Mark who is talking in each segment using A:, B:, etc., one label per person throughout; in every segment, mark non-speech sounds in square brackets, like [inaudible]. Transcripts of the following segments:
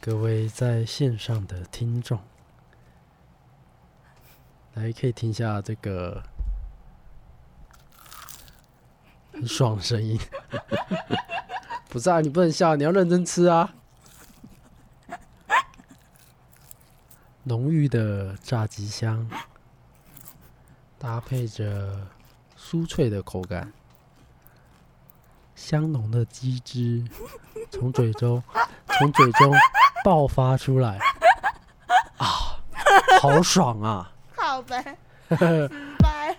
A: 各位在线上的听众，来可以听一下这个很爽的声音。 [laughs] 不是啊，你不能笑，你要认真吃啊。浓郁的炸鸡香，搭配着酥脆的口感，香浓的鸡汁从嘴中从嘴中爆发出来， [laughs] 啊，好爽啊！
B: 好吧，失败。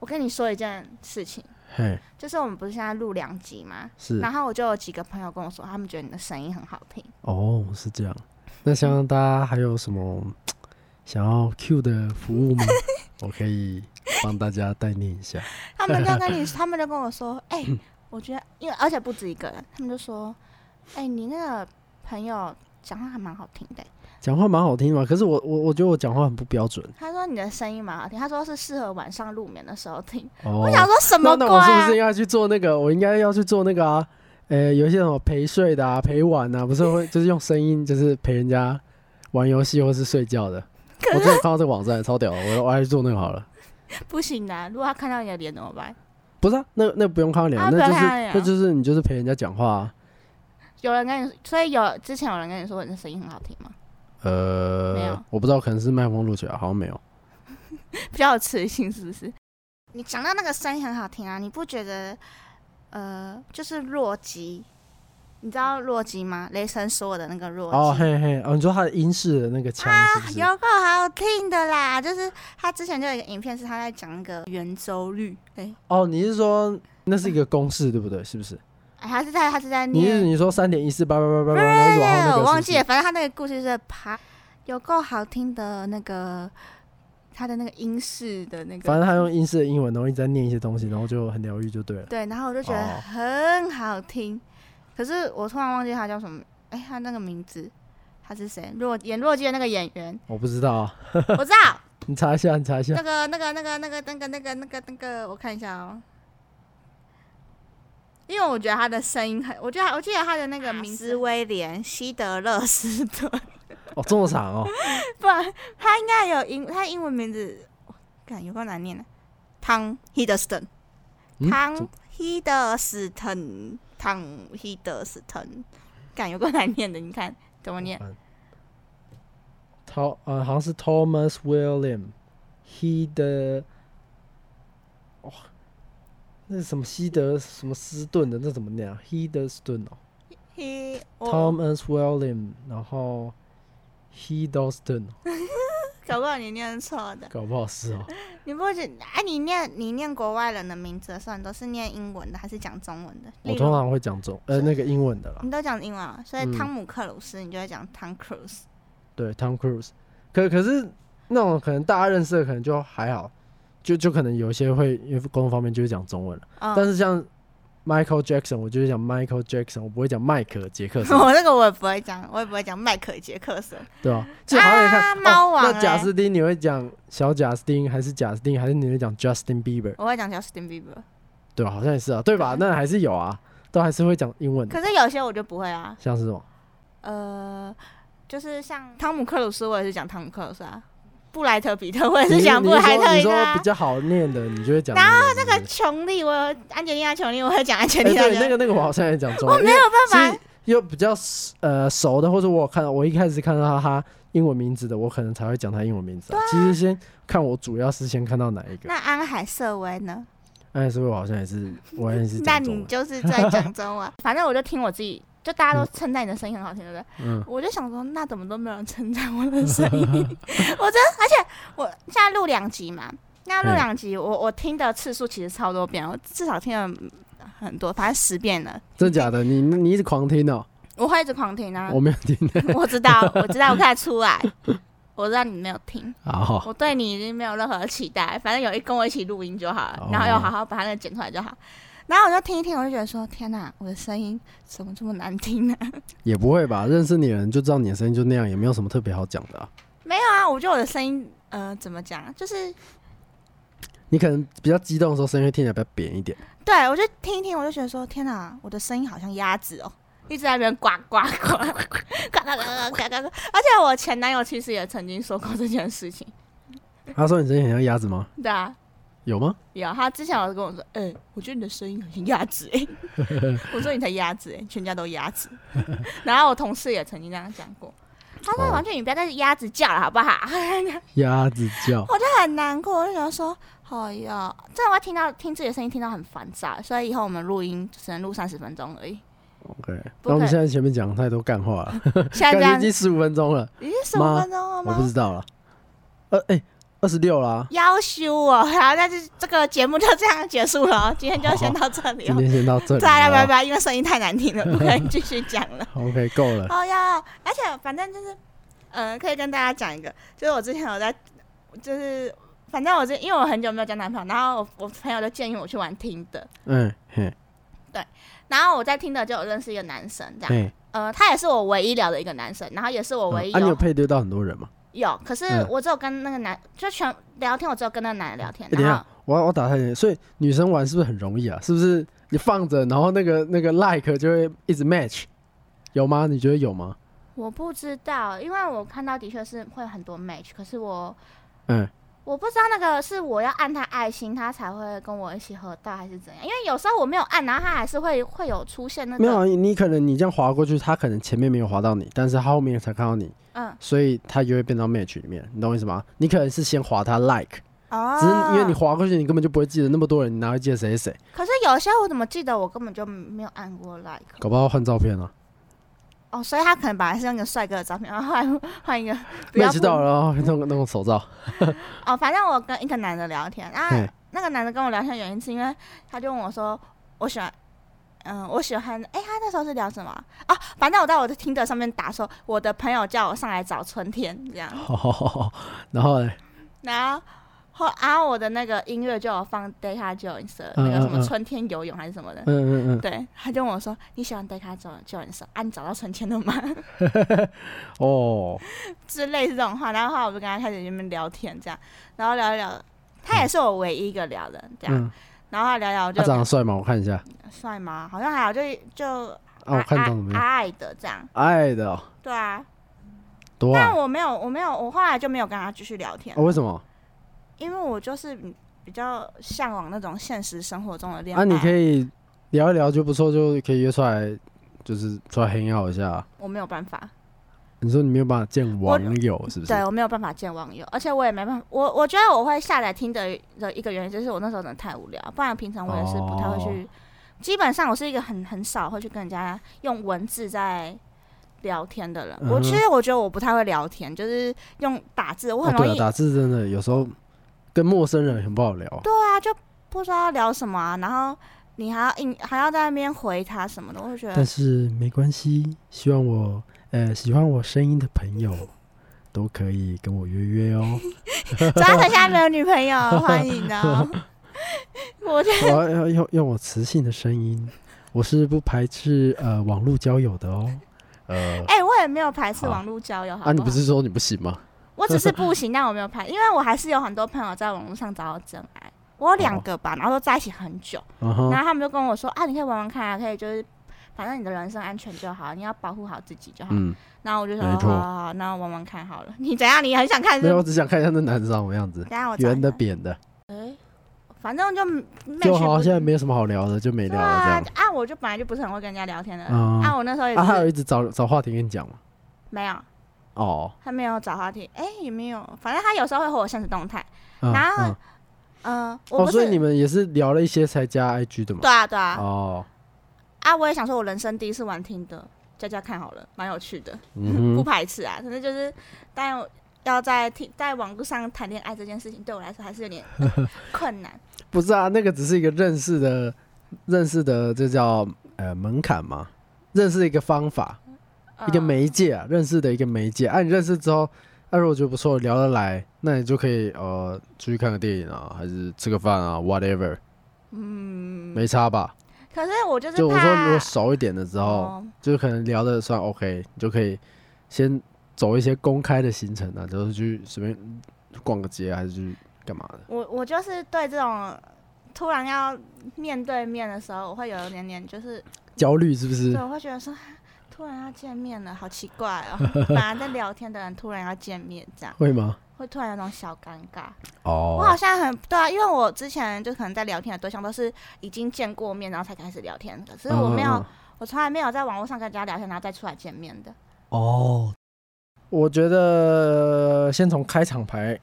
B: 我跟你说一件事情，
A: 嘿，
B: 就是我们不是现在录两集吗？
A: 是
B: 然后我就有几个朋友跟我说，他们觉得你的声音很好
A: [laughs]
B: 听。
A: 哦，是这样。那希望大家还有什么想要 Q 的服务
B: [laughs]
A: 吗？我可以帮大家代念一下。
B: 他们就跟你，他们就跟我说，哎、我觉得，因为而且不止一个人，他们就说，哎、你那个朋友讲话还蛮好听的、
A: 讲话蛮好听嘛，可是我我我觉得我讲话很不标准
B: 他说你的声音蛮好听，他说是适合晚上入眠的时候听。
A: 哦。
B: 我想说什
A: 那
B: 么鬼、
A: 那我是
B: 啊？
A: 不是应该去做那个？我应该要去做那个啊？呃，有一些什么陪睡的啊、陪玩啊，不是
B: [laughs]
A: 会就是用声音就是陪人家玩游戏或是睡觉的。我
B: 可
A: 真
B: 是
A: 的看到这个网站超屌的，我我还去做那个好了。
B: 不行的、如果他看到你的脸怎么办？
A: 不是啊，那那不用看到脸，
B: 啊
A: 那
B: 不
A: 就
B: 用
A: 是
B: 看到脸啊
A: 那就是你就是陪人家讲话、啊。
B: 有人跟你，所以有之前有人跟你说你的声音很好听吗？没
A: 呃
B: 有，
A: 我不知道，可能是麦克风录取啊，好像没有。
B: 比较有磁性是不是？你讲到那个声音很好听啊，你不觉得？呃，就是洛基，你知道洛基吗？雷神说的那个洛基。
A: 哦，嘿嘿，哦，你说他的英式的那个腔是不是？
B: 有够好听的啦！就是他之前就有一个影片是他在讲那个圆周率，哎对，
A: 哦，你是说那是一个公式对不对？是不是？
B: 哎，他是在他是在
A: 你是
B: 念，
A: 你说三点一四八八八八八，然后往后那个
B: 我忘
A: 是
B: 记
A: 不
B: 了，
A: 是
B: 反正他那个故事是爬，有够好听的那个他的那个英式的那
A: 反
B: 个，
A: 正他用英式的英文，然后一直在念一些东西，然后就很疗愈，就对了。
B: 对，然后我就觉得
A: 哦
B: 很好听，可是我突然忘记他叫什么，哎，他那个名字。他是谁？洛演洛基的那个演员，
A: 我不知道啊，
B: 我知道。
A: 你查一下，你查一
B: 那
A: 下。
B: 个、那个、那个、那个、那个、那个、那个、那个，我看一下哦。因为我觉得他的声音很，我觉得我记得他的那个名字威廉·希德勒斯 [laughs] 顿，
A: 哦，这么长哦，
B: 不然他应该有英，他英文名字，看有够难念的，汤希德斯顿，
A: 嗯怎
B: 汤
A: 么
B: 希德斯顿，汤希德斯顿，感有够难念的，你看怎么
A: 嗯
B: 念？
A: 陶呃，好像是 Thomas William He 的，哦，那是什么希德什么斯顿的，那怎么念啊？He 的斯顿哦。
B: 希
A: 哦
B: 我
A: Thomas William，然后 He Doston，
B: 搞不好你念错的。
A: 搞不好是 [laughs] 哦。
B: 你不觉哎、你念你念国外人的名字的时候，你都是念英文的还是讲中文的？
A: 我
B: 例
A: 通
B: 如
A: 常会讲中呃那个英文的啦，
B: 你都讲英文啊，所以
A: 嗯
B: 汤姆克鲁斯你就会讲 Tom Cruise。
A: 对 Tom Cruise。可可是那种可能大家认识的可能就还好，就就可能有一些会因为工作方面就会讲中文了。
B: 哦，
A: 但是像 Michael Jackson，我就是讲 Michael Jackson，我不会讲迈克杰克森，
B: [laughs] 我那个我也不会讲，我也不会讲迈克尔杰克森。
A: 对吧？就好像你
B: 啊
A: 看、
B: 猫王
A: 哦，那
B: 欸
A: 贾斯汀你会讲小贾斯汀还是贾斯汀，还是你会讲 Justin Bieber？
B: 我会讲 Justin Bieber，
A: 对吧？好像也是啊，对吧？
B: 对
A: 那还是有啊，都还是会讲英文的，
B: 嗯可是有些我就不会啊。
A: 像是什么？
B: 呃，就是像汤姆克鲁斯，我也是讲汤姆克鲁斯啊。布莱特彼特，我也
A: 你
B: 是讲布
A: 你
B: 莱
A: 说
B: 特
A: 你
B: 彼特、
A: 说
B: 啊
A: 比。较好念的，你就会讲。
B: 然
A: 后那个
B: 琼丽，我有安吉丽娜琼丽，我会讲安吉
A: 哎，
B: 丽娜
A: 对，那
B: 琼丽。
A: 个那个我好像也讲中文，我没有办法。又比较呃熟的，或者我有看到我一开始看到他英文名字的，我可能才会讲他英文名字啊。其实先看我主要是先看到哪一个。
B: 那安海瑟薇呢？
A: 哎，所以我好像也是，我好像也是
B: 那
A: 讲中
B: 你
A: 文。
B: 就是在讲中文， [laughs] 反正我就听我自己，就大家都称赞你的声音很好听，对不对？
A: 嗯，
B: 我就想说，那怎么都没有人称赞我的声音？我
A: [laughs]
B: 真的，而且我现在录两集嘛，那录
A: 嗯
B: 两集，我我听的次数其实超多遍，我至少听了很多，反正十遍了。
A: 真假的？你你一直狂听哦，
B: 我会一直狂听啊
A: 我！没有听。
B: 我知道，我知道，我看得出来，我知道你没有听，
A: 啊哈，
B: 我对你已经没有任何期待，反正有一跟我一起录音就好了，
A: 哦
B: 然后又好好把它那个剪出来就好。然后我就听一听，我就觉得说，天哪，我的声音怎么这么难听呢、
A: 也不会吧？认识你的人就知道你的声音就那样，也没有什么特别好讲的啊。
B: 没有啊，我觉得我的声音，呃，怎么讲，就是
A: 你可能比较激动的时候，声音会听起来比较扁一点。
B: 对我就听一听，我就觉得说，天哪，我的声音好像鸭子哦，一直在那边呱呱呱呱呱呱呱呱呱呱。而且我前男友其实也曾经说过这件事情，
A: 他说你声音很像鸭子吗？
B: 对啊，
A: 有吗？
B: 有他之前有跟我说，哎、我觉得你的声音很像
A: [laughs]
B: 鸭子 [laughs] 哎、我说你才鸭子哎、全家都鸭子。 [laughs] 然后我同事也曾经这样讲过，他说
A: 哦
B: 王俊，你不要再鸭子叫了好不好？
A: 鸭子叫，
B: 我就很难过，我就觉得说，哎呀，这样我会听到听自己的声音听到很烦躁，所以以后我们录音只能录三十分钟
A: [laughs]
B: 而已。
A: OK，
B: 不
A: 那我
B: 可
A: 们现在前面讲太多干
B: [laughs]
A: 话了，感
B: 现在这
A: 觉已
B: 样
A: 经十五分钟了，
B: 已经十五
A: 妈
B: 分钟了
A: 我不
B: 吗？
A: 知道了。呃，哎、二十六啊啦，
B: 要修哦，好，那就这个节目就这样结束了哦，今天就先到这里
A: 今
B: 哦，
A: 天先到这里。啊
B: 再来拜。拜，因为声音太难听了，不可以继续讲了。
A: OK，够 [laughs] 了。
B: 哦哟，而且反正就是，嗯、可以跟大家讲一个，就是我之前有在，就是反正我是因为我很久没有交男朋友，然后我我朋友就建议我去玩听的，
A: 嗯，嘿，
B: 然后我在听的就有认识一个男生这样，
A: 嘿，
B: 呃，他也是我唯一聊的一个男生，然后也是我唯一哦
A: 嗯啊，你
B: 有、
A: 有配对到很多人吗？
B: 有，可是
A: 嗯
B: 我只有跟那个男，就全聊天，我只有跟那个男的聊天
A: 哎，等一
B: 然后
A: 下，我我打探一下，所以女生玩是不是很容易啊？是不是你放着，然后那个那个 like 就会一直 match，有吗？你觉得有吗？
B: 我不知道，因为我看到的确是会有很多 match，可是我
A: 嗯，
B: 我不知道那个是我要按他爱心，他才会跟我一起合照，还是怎样？因为有时候我没有按，然后他还是会会有出现那个
A: 没有啊，你可能你这样划过去，他可能前面没有划到你，但是他后面才看到你，
B: 嗯
A: 所以他就会变到 match 里面，你懂我意思吗？你可能是先划他 like，
B: 哦
A: 只是因为你划过去，你根本就不会记得那么多人，你哪会记得谁是谁？
B: 可是有些我怎么记得我根本就没有按过 like
A: 搞不好换照片了、啊，
B: 哦，所以他可能本来是用一个帅哥的照片，然后换换一个比较
A: 面知道了，然后弄个弄个手照， [laughs]
B: 哦，反正我跟一个男的聊天，然后
A: 嗯
B: 那个男的跟我聊天的原因是因为他就问我说，我喜欢，嗯，我喜欢，哎、他那时候是聊什么啊？反正我在我的听者上面打说，我的朋友叫我上来找春天这样，
A: 然后嘞，
B: 然后后然后我的那个音乐就有放 Data Jones 的那个什么春天游泳还是什么的。
A: 嗯嗯嗯，
B: 对，他就问我说：“你喜欢 Data Jones 啊？你找到春天了吗？” [laughs]
A: 哦，
B: 之类这种话，然后后来我就跟他开始那边聊天，这样，然后聊一聊，他也是我唯一一个聊的，这样，
A: 嗯，
B: 然后聊一聊我就
A: 他长得帅吗？我看一下，
B: 帅吗？好像还好，就就
A: 啊，我看
B: 矮
A: 长得没有，
B: 矮矮的这样，
A: 爱的哦、
B: 对啊。
A: 多
B: 但
A: 啊，
B: 我没有，我没有，我后来就没有跟他继续聊天了，
A: 哦，为什么？
B: 因为我就是比较向往那种现实生活中的恋爱。
A: 啊，你可以聊一聊就不错，就可以约出来，就是出来 hang out 一下。
B: 我没有办法，
A: 你说你没有办法见网友是不是？
B: 对我没有办法见网友，而且我也没办法，我我觉得我会下载听的的一个原因就是我那时候真的太无聊，不然平常我也是不太会去，
A: 哦
B: 基本上我是一个很很少会去跟人家用文字在。聊天的人，我
A: 嗯哼
B: 其实我觉得我不太会聊天，就是用打字，我
A: 哦
B: 很，容
A: 对啊，
B: 易
A: 打字真的有时候跟陌生人很不好聊啊。
B: 对啊，就不知道聊什么啊，然后你还要硬还要在那边回他什么的，我就觉
A: 但
B: 得
A: 是没关系，希望我呃喜欢我声音的朋友都可以跟我约约
B: [laughs]
A: 哦。
B: 主要他现在没有女朋友，欢迎
A: [laughs]
B: 哦。我就
A: 我哦要要用用我磁性的声音，我是不排斥呃网络交友的哦。呃，
B: 哎、我也没有排斥
A: 好
B: 网络交友，好
A: 啊，你
B: 不
A: 不
B: 好？
A: 是说你不行吗？
B: 我
A: [laughs]
B: 只是不行，但我没有排，因为我还是有很多朋友在网络上找到真爱。我有两个
A: 哦
B: 吧，然后都在一起很久，
A: 嗯哼
B: 然，后他们就跟我说啊，你可以玩玩看啊，可以就是，反正你的人身安全就好，你要保护好自己就好。
A: 嗯，
B: 然后我就说
A: 没
B: 好
A: 错
B: 好好，那玩玩看好了。你怎样？你很想看是
A: 没有，
B: 不
A: 我
B: 是？
A: 只想看一下那男的长什么样子，
B: 等一下我找
A: 圆
B: 一
A: 的、
B: 下
A: 扁的，
B: 哎，反正就没
A: 就好，
B: 学
A: 现在没有什么好聊的，就没
B: 对
A: 聊了这
B: 啊
A: 样。
B: 啊！我就本来就不是很会跟人家聊天的人，
A: 嗯
B: 啊，我那时候也
A: 啊，他有
B: 是
A: 一直找找话题跟你讲嘛。
B: 没有，
A: 哦，
B: 他没有找话题，哎，也没有，反正他有时候会和我现实动态，
A: 嗯
B: 然后
A: 嗯
B: 嗯，我
A: 哦，
B: 不
A: 所以你
B: 是，
A: 们也是聊了一些才加 IG 的嘛？
B: 对啊对啊， [laughs]
A: 哦，
B: 啊，我也想说，我人生第一次玩听的，加加看好了，蛮有趣的，
A: 嗯
B: 不
A: 哼，
B: 排斥啊。反正就是，但要在听在网络上谈恋爱这件事情，对我来说还是有
A: [laughs]
B: 点困难。
A: 不是啊，那个只是一个认识的认识的，这叫呃门槛嘛，认识的一个方法，
B: 嗯
A: 一个媒介啊，认识的一个媒介。啊，你认识之后，那、如果觉得不错，聊得来，那你就可以呃出去看个电影啊，还是吃个饭啊，whatever，
B: 嗯，
A: 没差吧？
B: 可是我就是
A: 就我说如果
B: 怕
A: 熟一点的时候，
B: 哦，
A: 就是可能聊的算 OK，你就可以先走一些公开的行程啊，就是去随便逛个街啊还是去干嘛的。
B: 我我就是对这种突然要面对面的时候，我会有一点点就是，
A: 焦虑是不是
B: 对，？我会觉得说。 [sighs] 突然要见面了，好奇怪哦！本来在聊天的人突然要见面，这样
A: 会吗？
B: 会突然有种小尴尬。我好
A: 哦，
B: 像很对啊，因为我之前就可能在聊天的对象都是已经见过面，然后才开始聊天的，可是我没有，
A: 嗯嗯嗯
B: 我从来没有在网络上跟人家聊天，然后再出来见面的。
A: 哦，我觉得先从开场牌、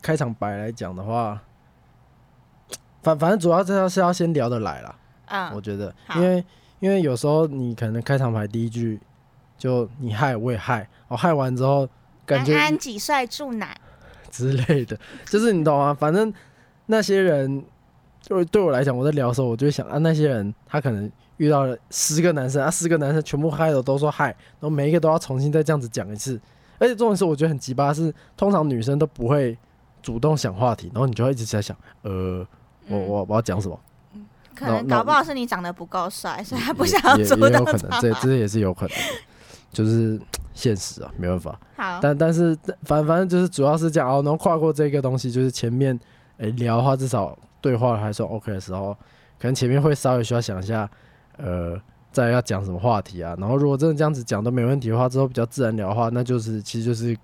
A: 开场白来讲的话，反反正主要是要是要先聊得来啦。我
B: 嗯，
A: 觉得，
B: 好
A: 因为因为有时候你可能开场白第一句就你嗨我也嗨，我、嗨完之后感觉
B: 安安几岁住哪？
A: [laughs] 之类的，就是你懂吗、反正那些人，就是对我来讲，我在聊的时候，我就会想啊，那些人他可能遇到了十个男生啊，十个男生全部嗨了都说嗨，然后每一个都要重新再这样子讲一次。而且这种事我觉得很奇葩，是通常女生都不会主动想话题，然后你就会一直在想，呃，我
B: 嗯
A: 我我要讲什么？
B: 可
A: 那
B: 能
A: 那
B: 搞不好是你长得不够帅，所以他不
A: 也
B: 想要
A: 也
B: 主
A: 也有
B: 动
A: 可
B: 找
A: 能，这这也是有可能的，就是现实啊，没办法。
B: 好，
A: 但但是反反正就是主要是这样哦，能跨过这个东西，就是前面诶、聊的话，至少对话还算 OK 的时候，可能前面会稍微需要想一下，呃，再要讲什么话题啊。然后如果真的这样子讲都没问题的话，之后比较自然聊的话，那就是其实就是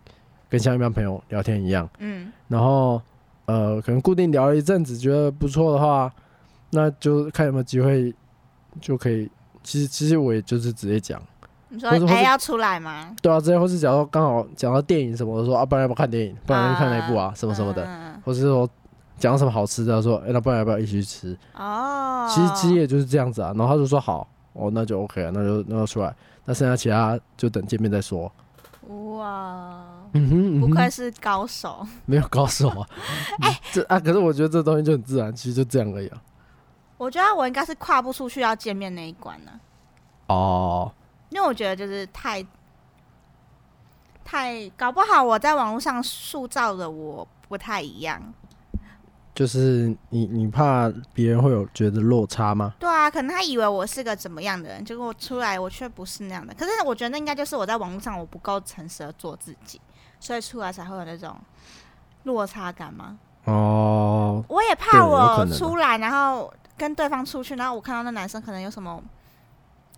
A: 跟像一般朋友聊天一样。
B: 嗯，
A: 然后呃，可能固定聊了一阵子，觉得不错的话，那就看有没有机会就可以。其实其实我也就是直接讲，
B: 你说
A: 或是或
B: 哎
A: 是
B: 要出来吗？
A: 对啊，之前或是假如说刚好讲到电影什么的，说啊，不然要不要看电影，不然要去看哪一部啊，什么什么的，
B: 嗯
A: 或是说讲到什么好吃的，说哎、那不然要不要一起去吃？
B: 哦，
A: 其实其实也就是这样子啊。然后他就说好，哦，那就 OK 啊，那就那就出来，那剩下其他就等见面再说。
B: 哇，
A: 嗯哼，嗯
B: 不
A: 哼
B: 愧是高手。
A: 没有告诉我，哎，这啊，可是我觉得这东西就很自然，其实就这样而已啊。
B: 我觉得我应该是跨不出去要见面那一关啊呢、
A: 哦，
B: 因为我觉得就是太太搞不好我在网络上塑造的我不太一样。
A: 就是你你怕别人会有觉得落差吗？
B: 对啊，可能他以为我是个怎么样的人，结果出来我却不是那样的。可是我觉得那应该就是我在网络上我不够诚实的做自己，所以出来才会有那种落差感吗？
A: 哦，
B: 我也
A: 对
B: 怕
A: 有可
B: 我
A: 能啊
B: 出来，然后跟对方出去，然后我看到那男生可能有什么，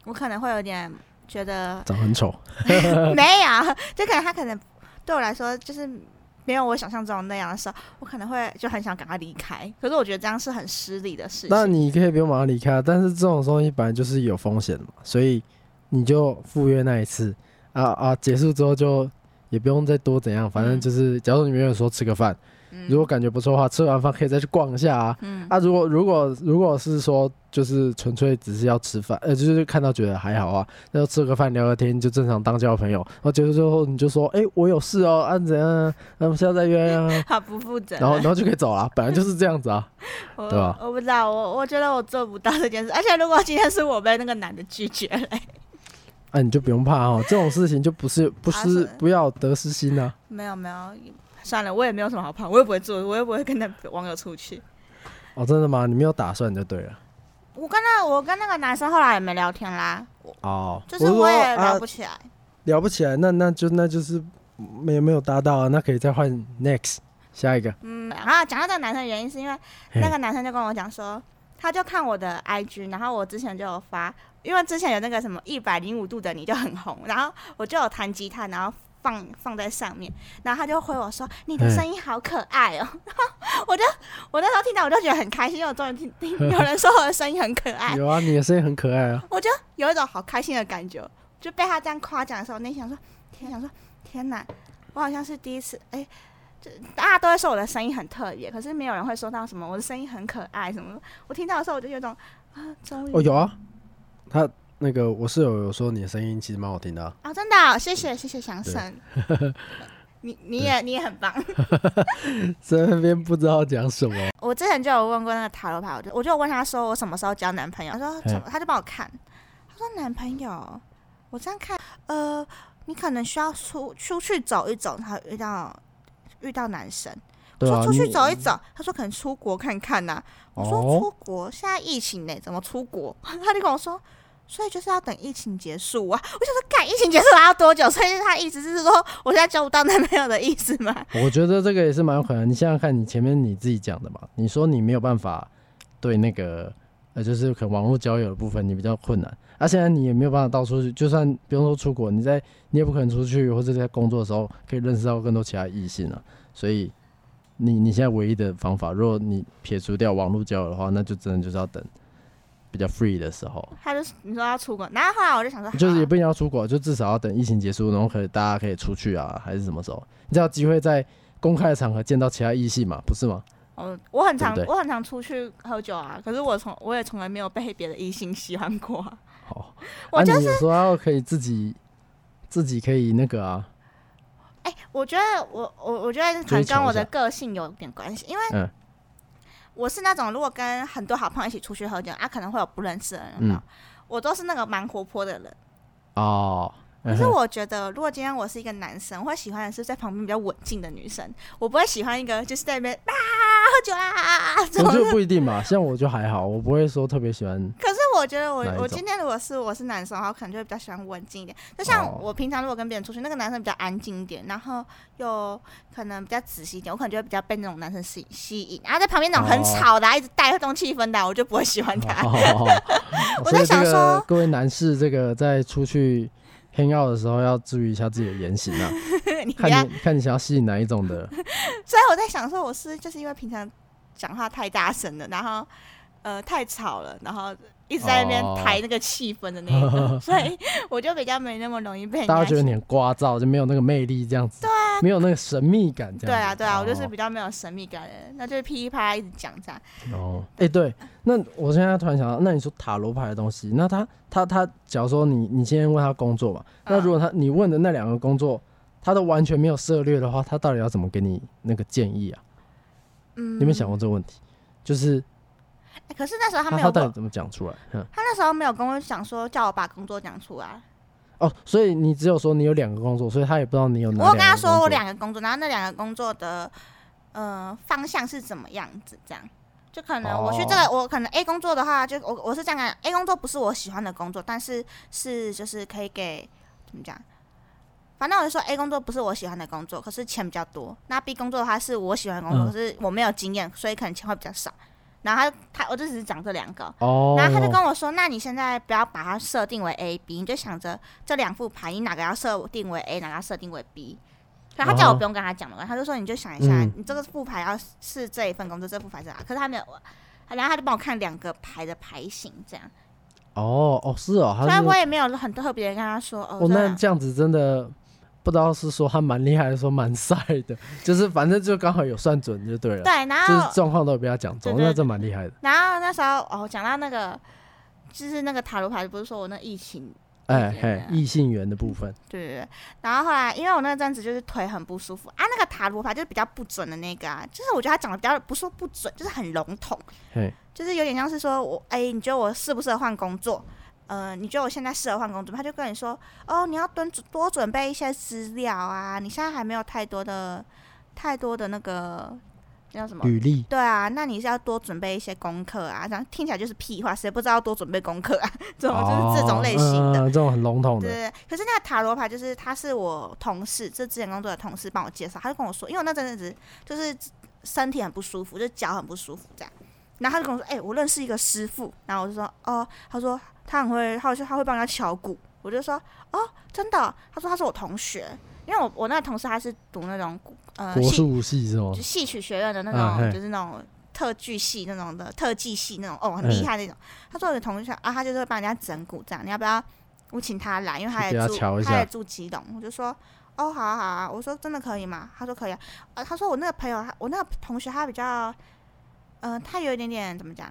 B: 我可能会有点觉得
A: 长很丑，嗯
B: 没有， [laughs] 就可能他可能对我来说就是没有我想象中那样的时候，我可能会就很想赶快离开。可是我觉得这样是很失礼的事
A: 那
B: 情。
A: 你可以不用马上离开啊，但是这种东西本来就是有风险的嘛，所以你就赴约那一次啊啊，结束之后就也不用再多怎样，反正
B: 嗯
A: 就是，假如你没有说吃个饭，
B: 嗯
A: 如果感觉不错的话，吃完饭可以再去逛一下啊。
B: 嗯
A: 啊，如果如果如果是说就是纯粹只是要吃饭，呃，就是看到觉得还好啊，那就吃个饭聊个天就正常当交朋友。然后结束之后你就说，哎、我有事哦，啊怎样啊，那我们下次再约啊，
B: [laughs] [laughs] 好不负责任，
A: 然后然后就可以走了，本来就是这样子啊。
B: 我
A: 对吧
B: 我不知道，我我觉得我做不到这件事。而且如果今天是我被那个男的拒绝了，哎
A: 啊，你就不用怕哦，这种事情就不是不
B: 啊
A: 是
B: 是
A: 不要得失心啊呐、
B: 没有没有，算了，我也没有什么好怕，我又不会做，我又不会跟那网友出去。
A: 哦，真的吗？你没有打算就对了。
B: 我跟那我跟那个男生后来也没聊天啦，我
A: 哦，
B: 就是我也聊
A: 啊
B: 不起来。
A: 聊不起来，那那就那就是没有没有搭到啊，那可以再换 next 下一个。
B: 嗯，然后讲到这个男生的原因是因为那个男生就跟我讲说，他就看我的 IG，然后我之前就有发，因为之前有那个什么一百零五度的你就很红，然后我就有弹吉他，然后放放在上面，然后他就回我说你的
A: 嗯
B: 声音好可爱哦， [laughs] 然后我就我那时候听到我就觉得很开心，因为我终于听听有人说我的声音很可爱
A: 嘿，有啊，你的声音很可爱啊。
B: 我就有一种好开心的感觉，就被他这样夸奖的时候，内心想说天想说天哪，我好像是第一次哎。就大家都会说我的声音很特别，可是没有人会说到什么我的声音很可爱什么的。我听到的时候，我就有种啊，终于
A: 哦，有啊，他那个我室友有说你的声音其实蛮好听的、啊。 [laughs]
B: 啊、真的哦、谢谢谢谢祥生，你你也你也很棒。
A: 在那边不知道讲什么，
B: 我之前就有问过那个塔罗牌，我就我就问他说我什么时候交男朋友，他说
A: 嗯
B: 什么，他就帮我看，他说男朋友，我这样看，呃，你可能需要出出去走一走，然后遇到遇到男生。我
A: 对啊，
B: 说出去
A: 你
B: 走一走，他说可能出国看看呐、我说
A: 哦
B: 出国，现在疫情呢、怎么出国？ [laughs] 他就跟我说，所以就是要等疫情结束啊。 [laughs] 我想说，干疫情结束还要多久？所以他意思是说，我现在交不到男朋友的意思吗？ [laughs]
A: [laughs] 我觉得这个也是蛮有可能。你想想看，你前面你自己讲的嘛，你说你没有办法对那个呃，就是可能网络交友的部分你比较困难，啊，现在你也没有办法到处去，就算不用说出国，你在你也不可能出去或者在工作的时候可以认识到更多其他异性啊。所以你你现在唯一的方法，如果你撇除掉网络交友的话，那就真的就是要等比较 free 的时候。
B: 他就是你说要出国，然后后来我就想说，
A: 就是也
B: 好啊
A: 不一定要出国，就至少要等疫情结束，然后可以大家可以出去啊，还是什么时候？你才有机会在公开的场合见到其他异性嘛，不是吗？
B: 我哦我很常
A: 对不
B: 我很常出去喝酒啊，可是我从我也从来没有被别的异性喜欢过 [laughs] 啊、
A: 好，
B: 我就
A: 啊、你有时候要可以自己自己可以那个啊，
B: 哎、我觉得我我我觉得可能
A: 追求
B: 跟
A: 一
B: 我的
A: 下
B: 个性有点关系，因为
A: 嗯
B: 我是那种如果跟很多好朋友一起出去喝酒啊，可能会有不认识的人，有没有
A: 嗯
B: 我都是那个蛮活泼的人。
A: 哦，
B: 可
A: 嗯
B: 是
A: 哼
B: 我觉得，如果今天我是一个男生，我会喜欢的是在旁边比较稳静的女生，我不会喜欢一个就是在那边啊喝酒啊这
A: 哎我
B: 种。
A: 就不一定嘛，像我就还好，我不会说特别喜欢
B: 可是我觉得我
A: 哪一种
B: 我今天如果是我是男生的话，我可能就会比较喜欢文静一点。就像
A: 哦
B: 我平常如果跟别人出去，那个男生比较安静一点，然后又可能比较仔细一点，我可能就会比较被那种男生吸吸引。啊然后在旁边那种很
A: 哦
B: 吵的、啊，一直带动气氛的啊，我就不会喜欢他。 [laughs] 我
A: 所
B: 在
A: 以这
B: 想
A: 个
B: 说
A: 各位男士，这个在出去 hang out 的时候要注意一下自己的言行啊，
B: 你不
A: 看
B: 要
A: 你看你想要吸引哪一种的，
B: 所以我在想说，我是就是因为平常讲话太大声了，然后呃太吵了，然后一直在那边
A: 哦
B: 抬那个气氛的那一
A: [laughs]
B: 个，所以我就比较没那么容易被人
A: 大
B: 家
A: 家觉得
B: 喜。
A: 你很聒噪，就没有那个魅力这样子，对啊，没有那个神秘感这样子。
B: 对啊，对啊，我就是
A: 哦
B: 比较没有神秘感的人，那就是噼里啪啦一直讲这样。
A: 哦，哎、对，那我现在突然想到，那你说塔罗牌的东西，那他他他，假如说你你今天问他工作嘛，
B: 嗯
A: 那如果他你问的那两个工作，他都完全没有涉猎的话，他到底要怎么给你那个建议啊？
B: 嗯，
A: 你有没有想过这个问题？就是
B: 欸可是那时候他
A: 他
B: 没
A: 他
B: 有
A: 到底
B: 跟，
A: 怎么讲出来？嗯，
B: 他那时候没有跟我讲说叫我把工作讲出来。
A: 哦，所以你只有说你有两个工作，所以他也不知道你有哪
B: 我有
A: 两个
B: 跟他说
A: 工
B: 我
A: 作
B: 两个工作，然后那两个工作的呃方向是怎么样子，这样就可能我去这个、
A: 哦
B: 我可能 A 工作的话，就我我是这样看，A 啊工作不是我喜欢的工作，但是是就是可以给怎么讲？反正我就说 A 工作不是我喜欢的工作，可是钱比较多。那 B 工作的话是我喜欢的工
A: 嗯
B: 作，可是我没有经验，所以可能钱会比较少。然后他他我就只是讲这两个，
A: 哦，
B: 然后他就跟我说：“那你现在不要把它设定为 A、B，你就想着这两副牌，你哪个要设定为 A，哪个要设定为 B。”可他叫我
A: 哦
B: 不用跟他讲嘛，他就说：“你就想一下，
A: 嗯
B: 你这个副牌要是这一份工作，这副牌是哪？”可是他没有，然后他就帮我看两个牌的牌型，这样。
A: 哦哦是哦，他
B: 虽然
A: 是
B: 我也没有很特别地跟他说哦，
A: 哦，
B: 这
A: 那
B: 样
A: 这样子真的不知道是说他蛮厉害，还是说蛮晒的， [laughs] 就是反正就刚好有算准就对了，
B: 对，然
A: 就
B: 后
A: 是状况都有被他讲中，
B: 对对
A: 那这蛮厉害的。
B: 然后那时候哦，讲到那个就是那个塔罗牌，不是说我那疫情
A: 哎
B: 对对
A: 嘿，异性缘的部分，
B: 对对对，然后后来因为我那阵子就是腿很不舒服啊，那个塔罗牌就是比较不准的那个啊，就是我觉得他讲的比较不说不准，就是很笼统，
A: 嘿，
B: 就是有点像是说我哎，你觉得我适不适合换工作？呃，你觉得我现在适合换工作吗？他就跟你说哦，你要多多准备一些资料啊，你现在还没有太多的太多的那个那叫什么？
A: 履历
B: 对啊，那你是要多准备一些功课啊，这样听起来就是屁话，谁不知道多准备功课啊？ [laughs] 这种、就是这种类型的。
A: 哦嗯嗯嗯这种很笼统的，
B: 对，可是那个塔罗牌就是他是我同事，就之前工作的同事帮我介绍，他就跟我说，因为我那阵子就是身体很不舒服，就脚很不舒服这样，然后他就跟我说，哎、我认识一个师傅，然后我就说，哦，他说他很会，他就他会帮人家敲鼓，我就说，哦，真的哦，他说他是我同学，因为我我那个同事他是读那种古呃
A: 国
B: 戏
A: 术系是吗
B: 就？戏曲学院的那种，
A: 啊嘿
B: 就是那种。特剧系那种的特技系那种哦，很厉
A: 嗯
B: 害那种。他说我的同学啊，他就是会帮人家整蛊这样，你要不要我请他来？因为他也
A: 给他
B: 住
A: 瞧一
B: 他
A: 下
B: 也住基隆，我就说哦，好啊好啊，我说真的可以吗？他说可以啊。呃，他说我那个朋友，他我那个同学他比较，呃，他有一点点怎么讲？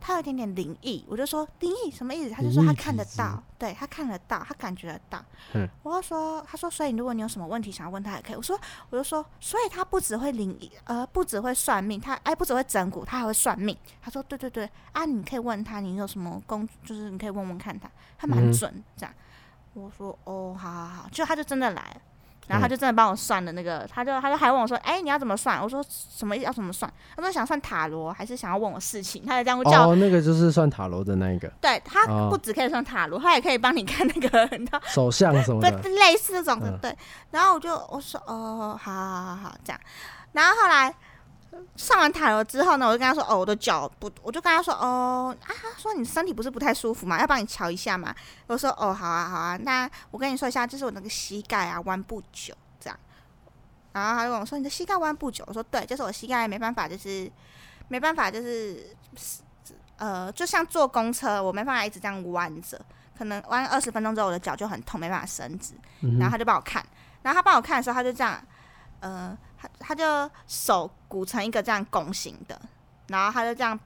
B: 他有一点点灵异，我就说灵异什么意思？他就说
A: 灵异
B: 他看得
A: 体质
B: 到，对他看得到，他感觉得到。
A: 嗯
B: 我就说，他说，所以如果你有什么问题想要问他，也可以。我说，我就说，所以他不只会灵异，呃，不只会算命，他哎，不只会整蛊，他还会算命。他说，对对对，啊，你可以问他，你有什么工，就是你可以问问看他，他蛮
A: 嗯
B: 准、这样。我说哦，好好好，就他就真的来，然后
A: 嗯
B: 他就真的帮我算了那个，他就他就还问我说，哎、你要怎么算？我说什么要怎么算？他说想算塔罗，还是想要问我事情？他就这样叫我，
A: 哦，那个就是算塔罗的那一个
B: 对他
A: 哦
B: 不只可以算塔罗，他也可以帮你看那个， [laughs] 你知道
A: 手相什么的，
B: 对，类似这种的，
A: 嗯
B: 对。然后我就我说哦，好好好好这样。然后后来上完塔罗之后呢，我就跟他说哦，我的脚不，我就跟他说哦啊，他说你身体不是不太舒服嘛，要帮你瞧一下嘛。我说哦，好啊好啊，那我跟你说一下，就是我那个膝盖啊弯不久这样。然后他就跟我说你的膝盖弯不久，我说对，就是我膝盖没办法，就是没办法，就是呃，就像坐公车，我没办法一直这样弯着。可能弯二十分钟之后，我的脚就很痛，没办法伸直。
A: 嗯
B: 然后
A: 哼
B: 他就帮我看，然后他帮我看的时候，他就这样，呃，他他就手鼓成一个这样拱形的，然后他就这样，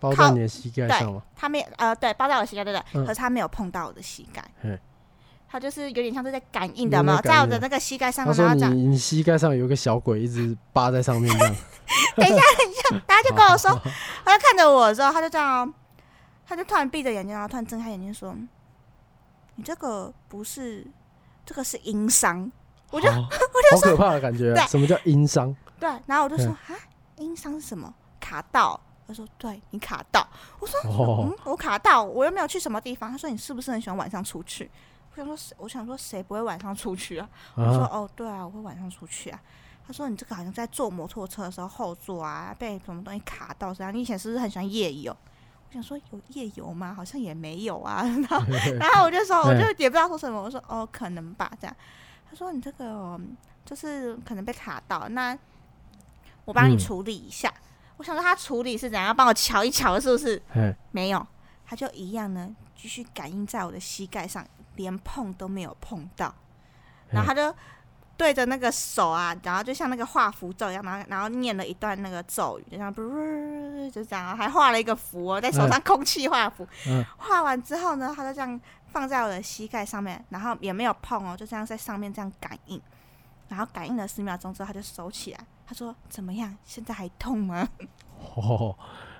A: 包在你的膝盖上吗？
B: 他没有呃对包在我膝盖对不对？
A: 嗯
B: 可是他没有碰到我的膝盖
A: 嘿，
B: 他就是有点像是在感应
A: 有
B: 的
A: 没有
B: 嘛，
A: 感
B: 在我
A: 应
B: 的
A: 的
B: 那个膝盖上
A: 他
B: 面，然
A: 说
B: 后这样，
A: 你你膝盖上有个小鬼一直扒在上面
B: [laughs]
A: 这样， [laughs]
B: 大家就跟我说，他就看着我的时候，他就这样哦，他就突然闭着眼睛，然后突然睁开眼睛说：“你这个不是，这个是阴伤。”我就
A: 哦好好可怕的感觉啊，
B: 对
A: 什么叫阴伤？
B: 对，然后我就说啊，音伤是什么？卡到。他说：“对你卡到。”我说：“
A: 哦
B: 嗯，我卡到，我又没有去什么地方。”他说：“你是不是很喜欢晚上出去？”我想说谁，我想说谁不会晚上出去啊？我说：“
A: 啊，
B: 哦，对啊，我会晚上出去啊。”他说：“你这个好像在坐摩托车的时候后座啊被什么东西卡到这样。你以前是不是很喜欢夜游？”我想说有夜游吗？好像也没有啊。 [laughs] 然
A: [laughs]
B: 后然后我就说，我就也不知道说什么，我说哦，可能吧，这样。他说你这个哦就是可能被卡到，那我帮你
A: 嗯
B: 处理一下。我想说他处理是怎样，要帮我瞧一瞧是不是？
A: 嘿，
B: 没有，他就一样呢，继续感应在我的膝盖上，连碰都没有碰到。然后他就对着那个手啊，然后就像那个画符咒一样，然后然后念了一段那个咒语，就像就这样啊，还画了一个符、哦，在手上空气画符。
A: 嗯
B: [laughs] 画完之后呢，他就这样放在我的膝盖上面，然后也没有碰哦，就这样在上面这样感应。然后感应了十秒钟之后，他就收起来。他说：“怎么样？现在还痛吗？？
A: 哦，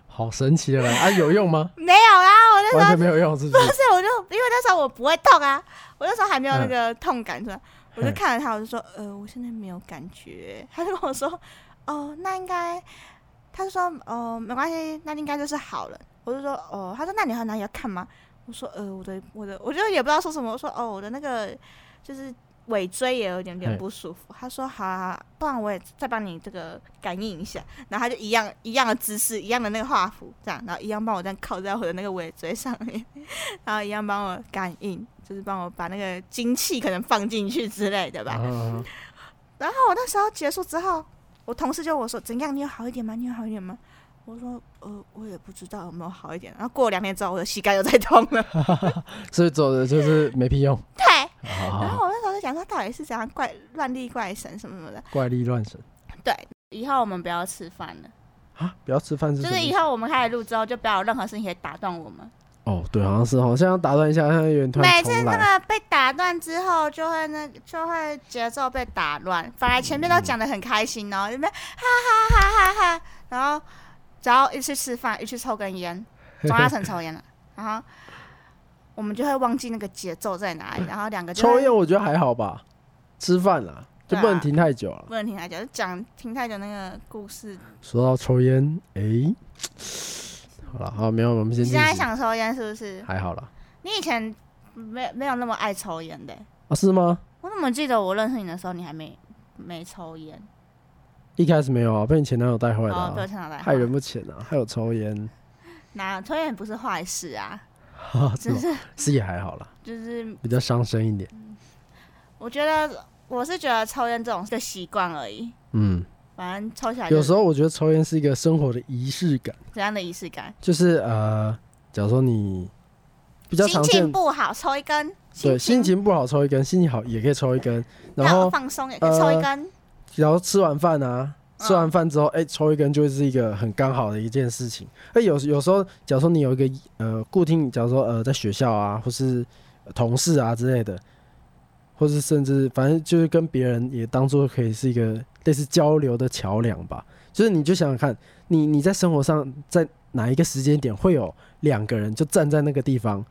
A: 好神奇的啦！啊，有用吗
B: [laughs] 没有啦，我那时候
A: 完全没有用，是不是？
B: 啊 [laughs] 不是，我就因为那时候我不会痛啊，我那时候还没有那个痛感出来，我就看着他，我就说，呃，我现在没有感觉。他就跟我说，哦，那应该，他就说，哦、没关系，那应该就是好了。我就说，哦，他说，那你还有哪里要看吗？我说，呃，我的我的，我就也不知道说什么，我说，哦，我的那个就是尾椎也有点点
A: 嘿
B: 不舒服。他说，好、啊，不然我也再帮你这个感应一下。然后他就一样一样的姿势，一样的那个画幅，这样，然后一样帮我这样靠在我的那个尾椎上面， [laughs] 然后一样帮我感应，就是帮我把那个精气可能放进去之类的吧。
A: 啊，
B: 然后我那时候结束之后，我同事就问我说：“怎样？你有好一点吗？你有好一点吗？”我说：“呃，我也不知道有没有好一点。”然后过了两天之后，我的膝盖又在痛了。 [laughs]
A: 所以走的就是没屁用，
B: 对，
A: 好好
B: 然
A: 好
B: 后我那时候就想说，到底是怎样怪乱力怪神什么什么的。
A: 怪力乱神
B: 对，以后我们不要吃饭了，
A: 啊！不要吃饭是
B: 就
A: 什
B: 是以
A: 么？
B: 后我们开始录之后，就不要有任何事情可以打断我们。
A: 哦，对，好像是，好像要打断一下，好像有点突
B: 每
A: 然
B: 次
A: 重
B: 那
A: 来。
B: 个被打断之后，就会那就会节奏被打乱，反而前面
A: 嗯
B: 都讲的很开心哦，因为哈哈哈哈哈，然后只要一去吃饭，一去抽根烟，钟嘉诚
A: [laughs]
B: 抽烟了，然后我们就会忘记那个节奏在哪里，然后两个就
A: 抽
B: 会
A: 烟我觉得还好吧，吃饭啦就不
B: 对啊
A: 能停太久了。
B: 不能停太久，就讲停太久那个故事。
A: 说到抽烟，诶，好了，好，没有，我们先
B: 你
A: 进
B: 现在
A: 行
B: 想抽烟是不是？
A: 还好啦。
B: 你以前没没有那么爱抽烟的、
A: 啊，是吗？
B: 我怎么记得我认识你的时候，你还没没抽烟？
A: 一开始没有啊，被你前男友带坏的啊
B: 哦，对，，陈老板，
A: 害人不浅啊，还有抽烟， [laughs]
B: 那抽烟也不是坏事啊，
A: 哈哈，是
B: 只
A: 吗
B: 是
A: 是也还好啦，
B: 就是
A: 比较伤身一点。
B: 我觉得我是觉得抽烟这种是个习惯而已，
A: 嗯，
B: 反正抽起来就
A: 有时候我觉得抽烟是一个生活的仪式感，
B: 怎样的仪式感？
A: 就是呃，假如说你比较
B: 心
A: 常
B: 情
A: 见，
B: 不好抽一根，
A: 对，心
B: 心
A: 情不好抽一根，心情好也可以抽一根，然
B: 要
A: 后呃
B: 放松也可以抽一根，
A: 然后吃完饭啊，
B: 嗯
A: 吃完饭之后，哎、抽一根就会是一个很刚好的一件事情。哎、有有时候，假如说你有一个呃固定，假如说呃在学校啊，或是呃同事啊之类的，或是甚至反正就是跟别人也当做可以是一个类似交流的桥梁吧。就是你就想想看，你你在生活上在哪一个时间点会有两个人就站在那个地方，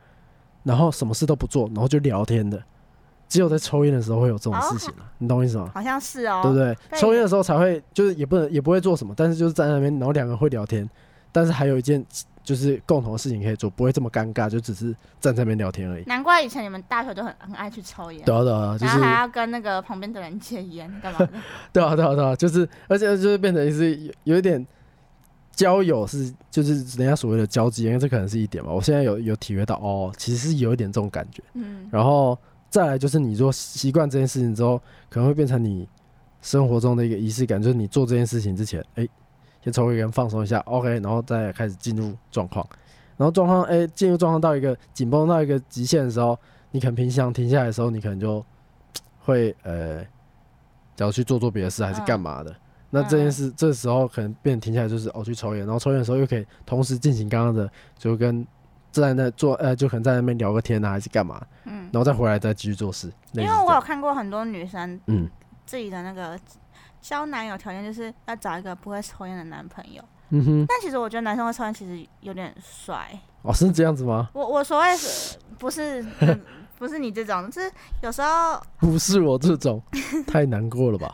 A: 然后什么事都不做，然后就聊天的。只有在抽烟的时候会有这种事情啊，你懂我意思吗？
B: 好像是哦，
A: 对不对？
B: 对
A: 抽烟的时候才会，就是也不能也不会做什么，但是就是站在那边，然后两个会聊天，但是还有一件就是共同的事情可以做，不会这么尴尬，就只是站在那边聊天而已。
B: 难怪以前你们大学都很很爱去抽烟，
A: 对啊对啊，就
B: 然后
A: 是
B: 还要跟那个旁边的人借烟干嘛的？
A: 对啊对啊对啊，就是而且就是变成是有有一点交友是就是人家所谓的交际，因为这可能是一点嘛。我现在有有体会到哦，其实是有一点这种感觉。
B: 嗯，
A: 然后再来就是，你若习惯这件事情之后，可能会变成你生活中的一个仪式感，就是你做这件事情之前，哎、先抽一根放松一下，OK，然后再开始进入状况。然后状况，哎、进入状况到一个紧绷到一个极限的时候，你可能平常停下来的时候，你可能就会呃，假如去做做别的事还是干嘛的。那这件事，这时候可能变停下来就是哦去抽烟，然后抽烟的时候又可以同时进行刚刚的，就跟站在那做呃，就可能在那边聊个天啊，还是干嘛，
B: 嗯，
A: 然后再回来再继续做事。类似
B: 因为
A: 这样
B: 我有看过很多女生
A: 嗯
B: 自己的那个交男友条件就是要找一个不会抽烟的男朋友，
A: 嗯哼，
B: 但其实我觉得男生会抽烟其实有点帅。
A: 哦是这样子吗？
B: 我我所谓是不是嗯不是你这种，就是有时候
A: 不是我这
B: [laughs]
A: 种，太难过了吧？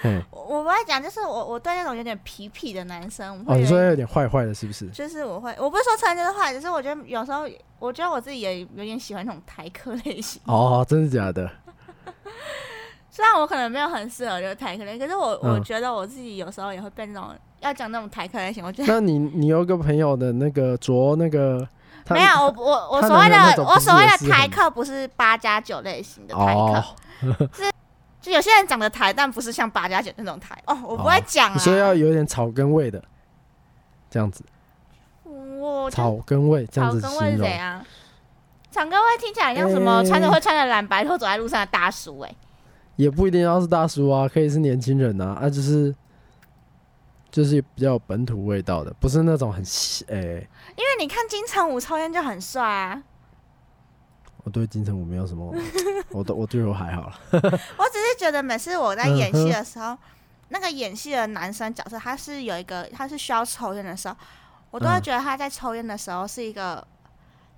A: 嘿，
B: 我我不会讲，就是我我对那种有点痞痞的男生，我
A: 哦
B: 会
A: 你
B: 有
A: 说
B: 一
A: 有点坏坏的，是不是？
B: 就是我会，我不是说成人就是坏，只是我觉得有时候，我觉得我自己也有点喜欢那种台客类型。
A: 哦，真的假的？
B: 虽然我可能没有很适合就是台客类，可是我、我
A: 嗯
B: 觉得我自己有时候也会被那种要讲那种台客类型，我觉得。
A: 那你你有个朋友的那个着那个，他
B: 没有，我我我
A: 他
B: 所谓
A: 男的那
B: 的
A: 种
B: 我
A: 不是
B: 所谓
A: 也
B: 的
A: 是
B: 台
A: 很
B: 客不是八加九类型的台客，
A: 哦，
B: 就有些人长得台，但不是像八加九那种台。哦，我不会
A: 哦
B: 讲啊。
A: 所以要有点草根味的，这样子，
B: 我
A: 草根味这
B: 草
A: 样子
B: 根味
A: 形
B: 是啊
A: 容
B: 怎。样？草根味听起来像什么？穿着会穿着蓝白拖走在路上的大叔哎、
A: 也不一定要是大叔啊，可以是年轻人啊，啊就是就是比较有本土味道的，不是那种很西诶、
B: 因为你看金城武抽烟就很帅啊。
A: 我对金城武没有什么，我都我对我还好了，
B: 我只是觉得每次我
A: 嗯
B: 在演戏的时候，那个演戏的男生角色，他是有一个，他是需要抽烟的时候，我都会
A: 嗯
B: 觉得他在抽烟的时候是一个、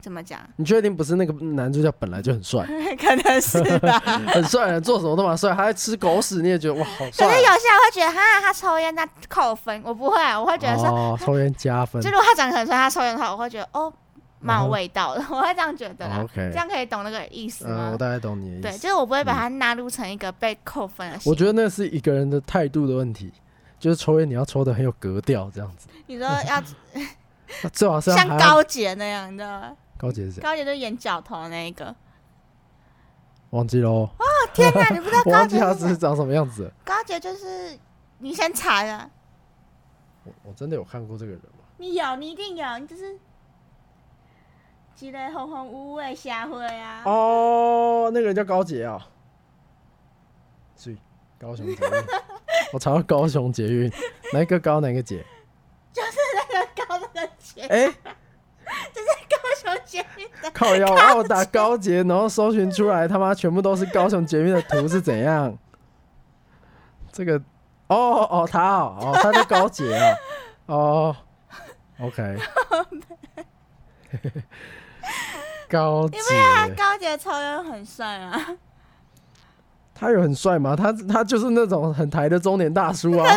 B: 怎么讲？ [laughs]
A: 你确定不是那个男主角本来就很帅，
B: 可能是吧。
A: 很帅啊人做什么都蛮帅，他在吃狗屎你也觉得哇好帅
B: 可
A: 啊、
B: 是有些人会觉得，哈，他抽烟那扣分，我不会，我会觉得说，
A: 哦，抽烟加分
B: 就如果他长得很帅，他抽烟的话，我会觉得哦，蛮有
A: 嗯哼
B: 味道的，我会这样觉得啦。
A: 哦，OK
B: 这样可以懂那个意思
A: 嗯，
B: 吗
A: 我？大概懂你的意
B: 对，
A: 思。嗯
B: 就是我不会把它纳入成一个被扣分的行
A: 我
B: 为。
A: 觉得那是一个人的态度的问题，就是抽烟你要抽的很有格调这样子，
B: 你说要
A: 那最好是要
B: 像
A: 还要
B: 高杰那样，你知道吗？
A: 高姐是谁？
B: 高杰就演角头那一
A: [laughs]
B: 个。
A: 忘记喽，
B: 天哪，你不知道
A: 我
B: 高
A: 忘记
B: 杰
A: 他
B: 是
A: 是
B: 谁？
A: 长什么样子了。
B: 高杰就是你先查呀，
A: 我我真的有看过这个人吗？
B: 你有，你一定有，你就是一个红红乌的社会啊。
A: 哦，那个人叫高杰啊，所以高雄捷运，我查到高雄捷运，哪一个高哪一个杰？
B: [laughs] 高那个杰，
A: 哎、
B: 高雄杰运的
A: 靠腰，啊！我打高捷，然后搜寻出来，他妈全部都是高雄捷运的图是怎样？这个，哦哦，他哦，哦他叫高捷啊，哦，OK，高捷，
B: 高杰抽烟很帅啊，
A: 他有很帅吗？他他就是那种很台的中年大叔啊。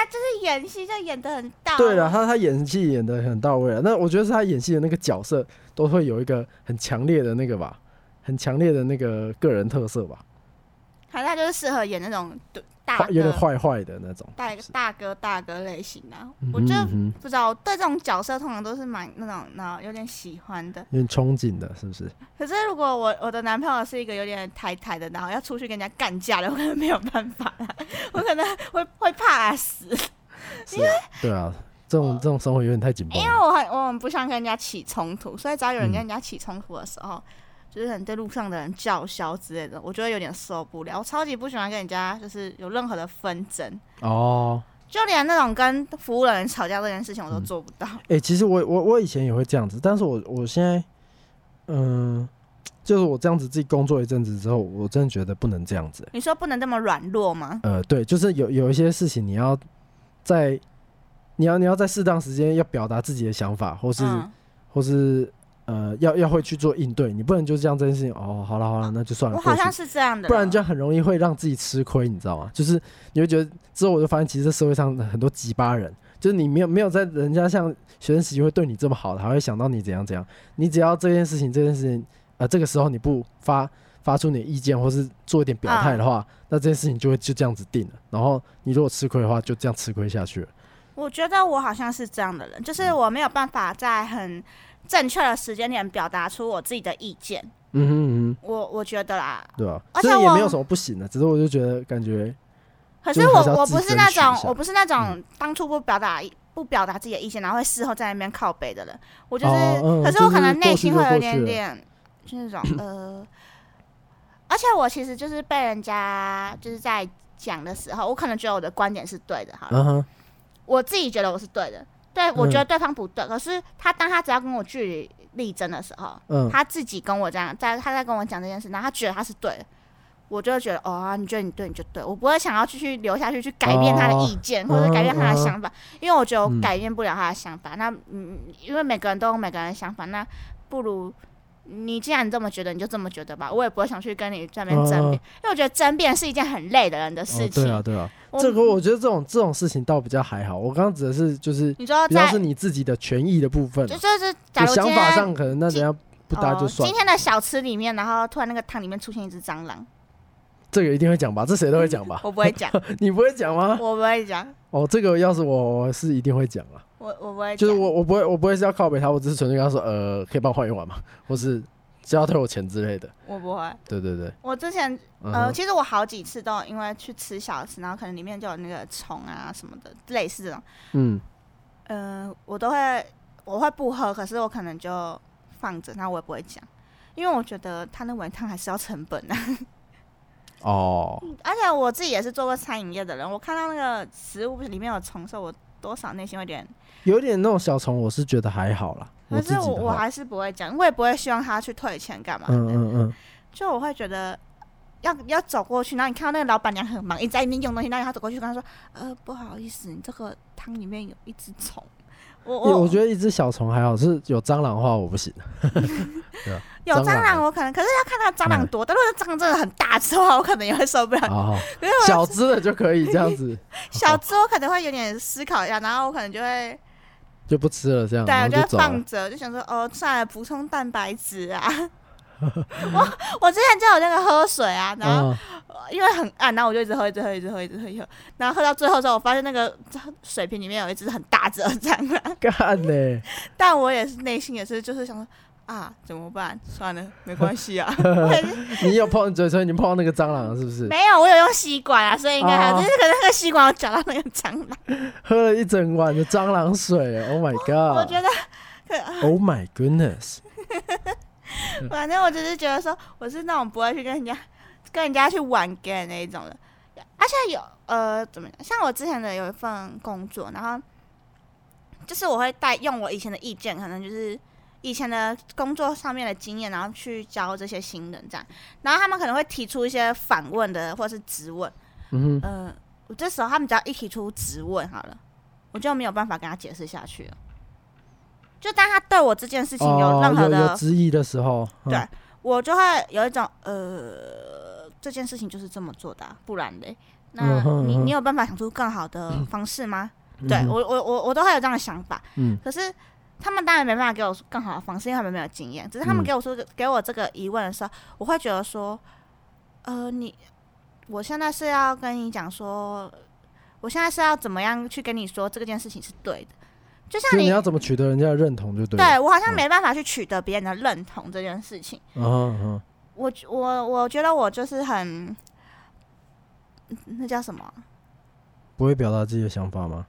B: 他就是演戏就演的很到。
A: 对啊了，，他他演戏演的很到位了。啊那我觉得是他演戏的那个角色都会有一个很强烈的那个吧，很强烈的那个个人特色吧，
B: 好像就是适合演那种大
A: 坏有点
B: 哥
A: 坏坏的那种。
B: 大
A: 是
B: 大哥大哥类型的、啊，
A: 嗯
B: 我就
A: 哼嗯哼
B: 不知道，我对这种角色通常都是蛮那种，然后有点喜欢的。
A: 有点憧憬的，是不是？
B: 可是如果我我的男朋友是一个有点抬抬的，然后要出去跟人家干架的，我可能没有办法啦，我可能会会怕死，
A: 是啊，对啊，这种这种生活有点太紧绷
B: 因为
A: 了。
B: 我很我很不想跟人家起冲突，所以只要有人
A: 嗯
B: 跟人家起冲突的时候，就是可能对路上的人叫嚣之类的，我就会有点受不了。我超级不喜欢跟人家就是有任何的纷争，
A: 哦，
B: 就连那种跟服务人员吵架这件事情我都做不到。
A: 哎、其实我我我以前也会这样子，但是我我现在，嗯、就是我这样子自己工作一阵子之后，我真的觉得不能这样子、
B: 你说不能这么软弱吗？
A: 呃，对，就是有有一些事情你要在你要你要在适当时间要表达自己的想法，或是、
B: 嗯，
A: 或是呃，要要会去做应对，你不能就这样这件事情哦，好了好了，那就算了，
B: 我
A: 过
B: 好
A: 去
B: 像是这样的了，
A: 不然就很容易会让自己吃亏，你知道吗？就是你会觉得之后我就发现，其实这社会上很多鸡巴人，就是你没有没有在人家像学生时期会对你这么好的，还会想到你怎样怎样。你只要这件事情这件事情，呃，这个时候你不发发出你的意见，或是做一点表态的
B: 啊
A: 话，那这件事情就会就这样子定了。然后你如果吃亏的话，就这样吃亏下去了。
B: 我觉得我好像是这样的人，
A: 嗯
B: 就是我没有办法在很正确的时间点表达出我自己的意见。
A: 嗯哼嗯哼，
B: 我我觉得啦，
A: 对吧、
B: 而且
A: 这也
B: 我
A: 没有什么不行的，只是我就觉得感觉
B: 可
A: 就是是
B: 我
A: 还是要
B: 我
A: 自
B: 不
A: 己
B: 是
A: 争
B: 那
A: 取一
B: 种
A: 下嗯
B: 我不是那种当初不表达不表达自己的意见，然后会事后在那边靠背的人。我就是，
A: 哦嗯
B: 可
A: 就是
B: 我可能
A: 是
B: 内
A: 过
B: 心
A: 去
B: 会
A: 就
B: 有一
A: 过去
B: 点
A: 了
B: 点，就是
A: [clears throat]
B: 那种呃，而且我其实就是被人家就是在讲的时候，我可能觉得我的观点是对的，好了，
A: 嗯哼
B: 我自己觉得我是对的，对我
A: 嗯
B: 觉得对方不对，可是他当他只要跟我据理力争的时候，
A: 嗯
B: 他自己跟我这样，在他在跟我讲这件事，然后他觉得他是对的，我就会觉得哦、啊，你觉得你对你就对，我不会想要继续留下去去改变他的意见、
A: 哦
B: 或者改变他的
A: 嗯嗯嗯
B: 想法，因为我觉得我
A: 嗯
B: 改变不了他的想法。那嗯，因为每个人都有每个人的想法，那不如。你既然这么觉得，你就这么觉得吧。我也不会想去跟你这边争
A: 嗯嗯
B: 辩，因为我觉得争辩是一件很累的人的事
A: 哦，
B: 情。
A: 对啊对啊，
B: 我
A: 这个我觉得这种这种事情倒比较还好。我刚刚指的是就是
B: 你说
A: 比较
B: 在
A: 是你自己的权益的部分
B: 就
A: 啊，
B: 就是，假
A: 就
B: 如今
A: 想
B: 天
A: 法上可能那
B: 今
A: 等下不搭就
B: 哦
A: 算
B: 今，天的小吃里面，然后突然那个汤里面出现一只蟑螂，
A: 这个一定会讲吧，这谁都会讲吧，
B: 我不会
A: [laughs]
B: 讲，
A: 你不会讲吗？
B: 嗯我不会讲，
A: 哦，这个要是我我是一定会讲啊，
B: 我我不会讲。
A: 就是我我不会我不会是要靠北他，我只是纯粹跟他说，呃，可以帮我换一碗吗？或是只要退我钱之类的，
B: 我不会。
A: 对对对，
B: 我之前
A: 嗯
B: 呃，
A: 哼，
B: 其实我好几次都有因为去吃小吃，然后可能里面就有那个虫啊什么的，类似这种，
A: 嗯
B: 呃，我都会我会不喝，可是我可能就放着，那我也不会讲，因为我觉得他那碗汤还是要成本啊。 [laughs]
A: 哦，
B: 而且我自己也是做过餐饮业的人，我看到那个食物里面有虫的时候，我多少内心有点，
A: 有点那种小虫，我是觉得还好啦，
B: 可
A: 自己
B: 是
A: 的
B: 我我
A: 话，
B: 还是不会讲，我也不会希望他去退钱干嘛的。
A: 嗯嗯嗯，
B: 就我会觉得要要走过去，然后你看到那个老板娘很忙，一直在那边用东西，然后他走过去跟他说：“呃，不好意思，你这个汤里面有一只
A: [laughs]
B: 虫。我”
A: 因为
B: 我
A: 我觉得一只小虫还好，是有蟑螂的话我不
B: [laughs]
A: 行，
B: 有
A: 蟑
B: 蟑
A: 螂
B: 螂，我可能可是要看到蟑螂
A: 嗯
B: 多大，如果蟑螂真的很大只的话，我可能也会受不了。
A: 哦，
B: 可是 [laughs] 我
A: 小哦只的就可以这样
B: [laughs]
A: 子，
B: 小只，我可能会有点思考一下，然后我可能就会
A: 就不吃了这样，
B: 对，
A: 然
B: 我
A: 后
B: 就
A: 就
B: 会
A: 走了。
B: 放着，就想说哦，算了，补充蛋白质啊。 [laughs] 我我之前就有那个喝水啊，然后
A: 嗯
B: 因为很暗，然后我就一直喝，一直喝，一直喝，一直喝，一直喝，然后喝到最后的时候，我发现那个水瓶里面有一只很大只的蟑螂，
A: [laughs] 干呢、
B: 但我也是内心也是就是想说啊，怎么办？算了，没关系啊，我也是
A: 你有碰 [laughs] 嘴唇，你碰到那个蟑螂了是不是？
B: 没有，我有用吸管啊，所以应该还好，
A: 哦
B: 只是可能那个吸管啊我搅到 [laughs] 那个蟑螂，
A: 喝了一整碗的蟑螂水，Oh my
B: 我觉
A: god！Oh
B: 得
A: my
B: [laughs]
A: goodness！ [laughs]
B: 反正我只是觉得说我是那种不会去跟人家跟人家去玩 game 那一种的，而且有呃怎么讲？像我之前的有一份工作，然后就是我会带用我以前的意见，可能就是以前的工作上面的经验，然后去教这些新人这样，然后他们可能会提出一些反问的或是质问，
A: 嗯哼，
B: 嗯、呃，我这时候他们只要一提出质问好了，我就没有办法跟他解释下去了。就当他对我这件事情有
A: 哦
B: 任，何
A: 有
B: 的、
A: 有质疑的时候，嗯
B: 对我就会有一种呃，这件事情就是这么做的啊、不然嘞，那
A: 嗯哼
B: 你
A: 嗯哼
B: 你有办法想出更好的方式吗？
A: 嗯
B: 对
A: 哼
B: 我我我我都会有这样的想法，
A: 嗯
B: 可是他们当然没办法给我更好的方式，因为他们没有经验。只是他们
A: 嗯
B: 给我说、给我这个疑问的时候，我会觉得说，呃，你我现在是要跟你讲说，我现在是要怎么样去跟你说这个件事情是对的，就像
A: 就
B: 你
A: 你要怎么取得人家的认同就对了。
B: 对我好像
A: 嗯
B: 没办法去取得别人的认同这件事情。
A: 嗯哼嗯
B: 我觉我我觉得我就是很，那叫什么啊？
A: 哼，不会表达自己的想法吗？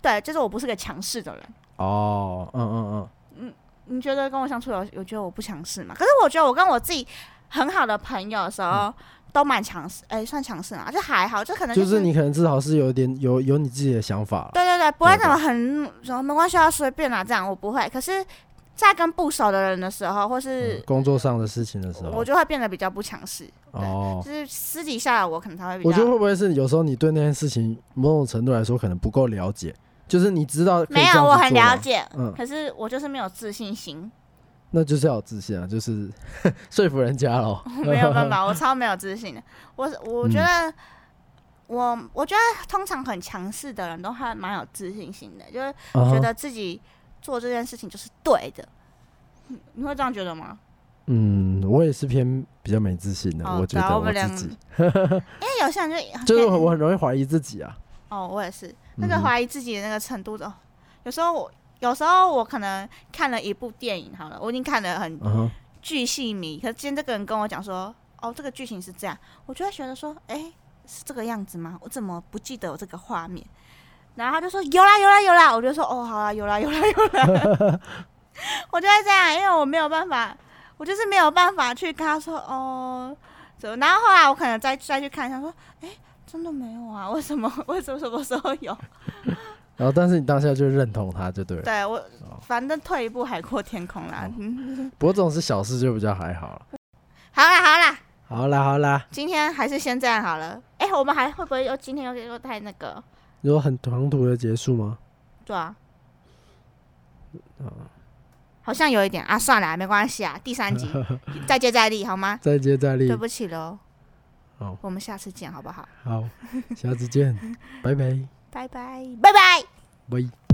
B: 对，就是我不是个强势的人。
A: 哦，嗯嗯嗯，
B: 你觉得跟我相处有有觉得我不强势吗？可是我觉得我跟我自己很好的朋友的时候、都蛮强势，哎、算强势啊，就还好，就可能、
A: 嗯就是是你可能至少是有一点有有你自己的想法啦。
B: 对对对，不会
A: 对
B: 那么很什么没关系啊，随便啦、这样我不会。可是，在跟不熟的人的时候，或
A: 嗯
B: 是
A: 工作上的事情的时候
B: 我，就会变得比较不强势，对
A: 嗯哦
B: 就，是私底下我可能才会比
A: 我觉得
B: 较。
A: 会不会是有时候你对那件事情某种程度来说可能不够了解，就是你知道可以
B: 没
A: 这样
B: 有，
A: 子
B: 我很
A: 做
B: 了
A: 吗，
B: 解，
A: 嗯
B: 可是我就是没有自信心。
A: 那就是要有自信啊，就是 [laughs] 说服人家咯。
B: 我 [laughs] 没
A: [laughs]
B: 有办法，我超没有自信的。我我觉
A: 嗯
B: 得、我我觉得通常很强势的人都还蛮有自信心的，就是
A: 啊哈
B: 觉得自己做这件事情就是对的。你你会这样觉得吗？
A: 嗯，我也是偏比较没自信的，
B: 哦
A: 我觉
B: 对啊
A: 得
B: 我们两
A: 自己 [laughs]
B: 因为有些人就
A: 就是我我很容易怀疑自己啊。
B: 哦，我也是那
A: 嗯
B: 个
A: 哼
B: 怀疑自己的那个程度的、哦有时候我有时候我可能看了一部电影，好了，我已经看了很
A: 嗯哼，
B: 巨细迷，可是今天这个人跟我讲说，哦，这个剧情是这样，我就会觉得说，哎、是这个样子吗？我怎么不记得有这个画面？然后他就说有啦有啦有啦，我就说哦好啦有啦有 [laughs] 啦有啦，我就会这样，因为我没有办法，我就是没有办法去跟他说哦怎么。然后后来我可能再再去看一下，说哎、真的没有啊？为什么 [laughs] 为什么什么时候有？
A: 然后但是你当下就认同他就对了，
B: 对我反正退一步海阔天空啦
A: 哦。
B: 嗯，
A: 不过这种是小事就比较还好了。
B: 好啦好啦，
A: 好啦好啦，
B: 今天还是先这样好了。哎、我们还会不会又今天又又太那个？
A: 有很唐突的结束吗？
B: 对啊，好像有一点啊，算了，没关系啊，第三集再接再厉好吗？
A: 再接再厉
B: 对，不起喽，
A: 好
B: 我们下次见好不好？ [laughs]
A: 好，下次见，拜拜，
B: 拜拜，拜拜。
A: 拜。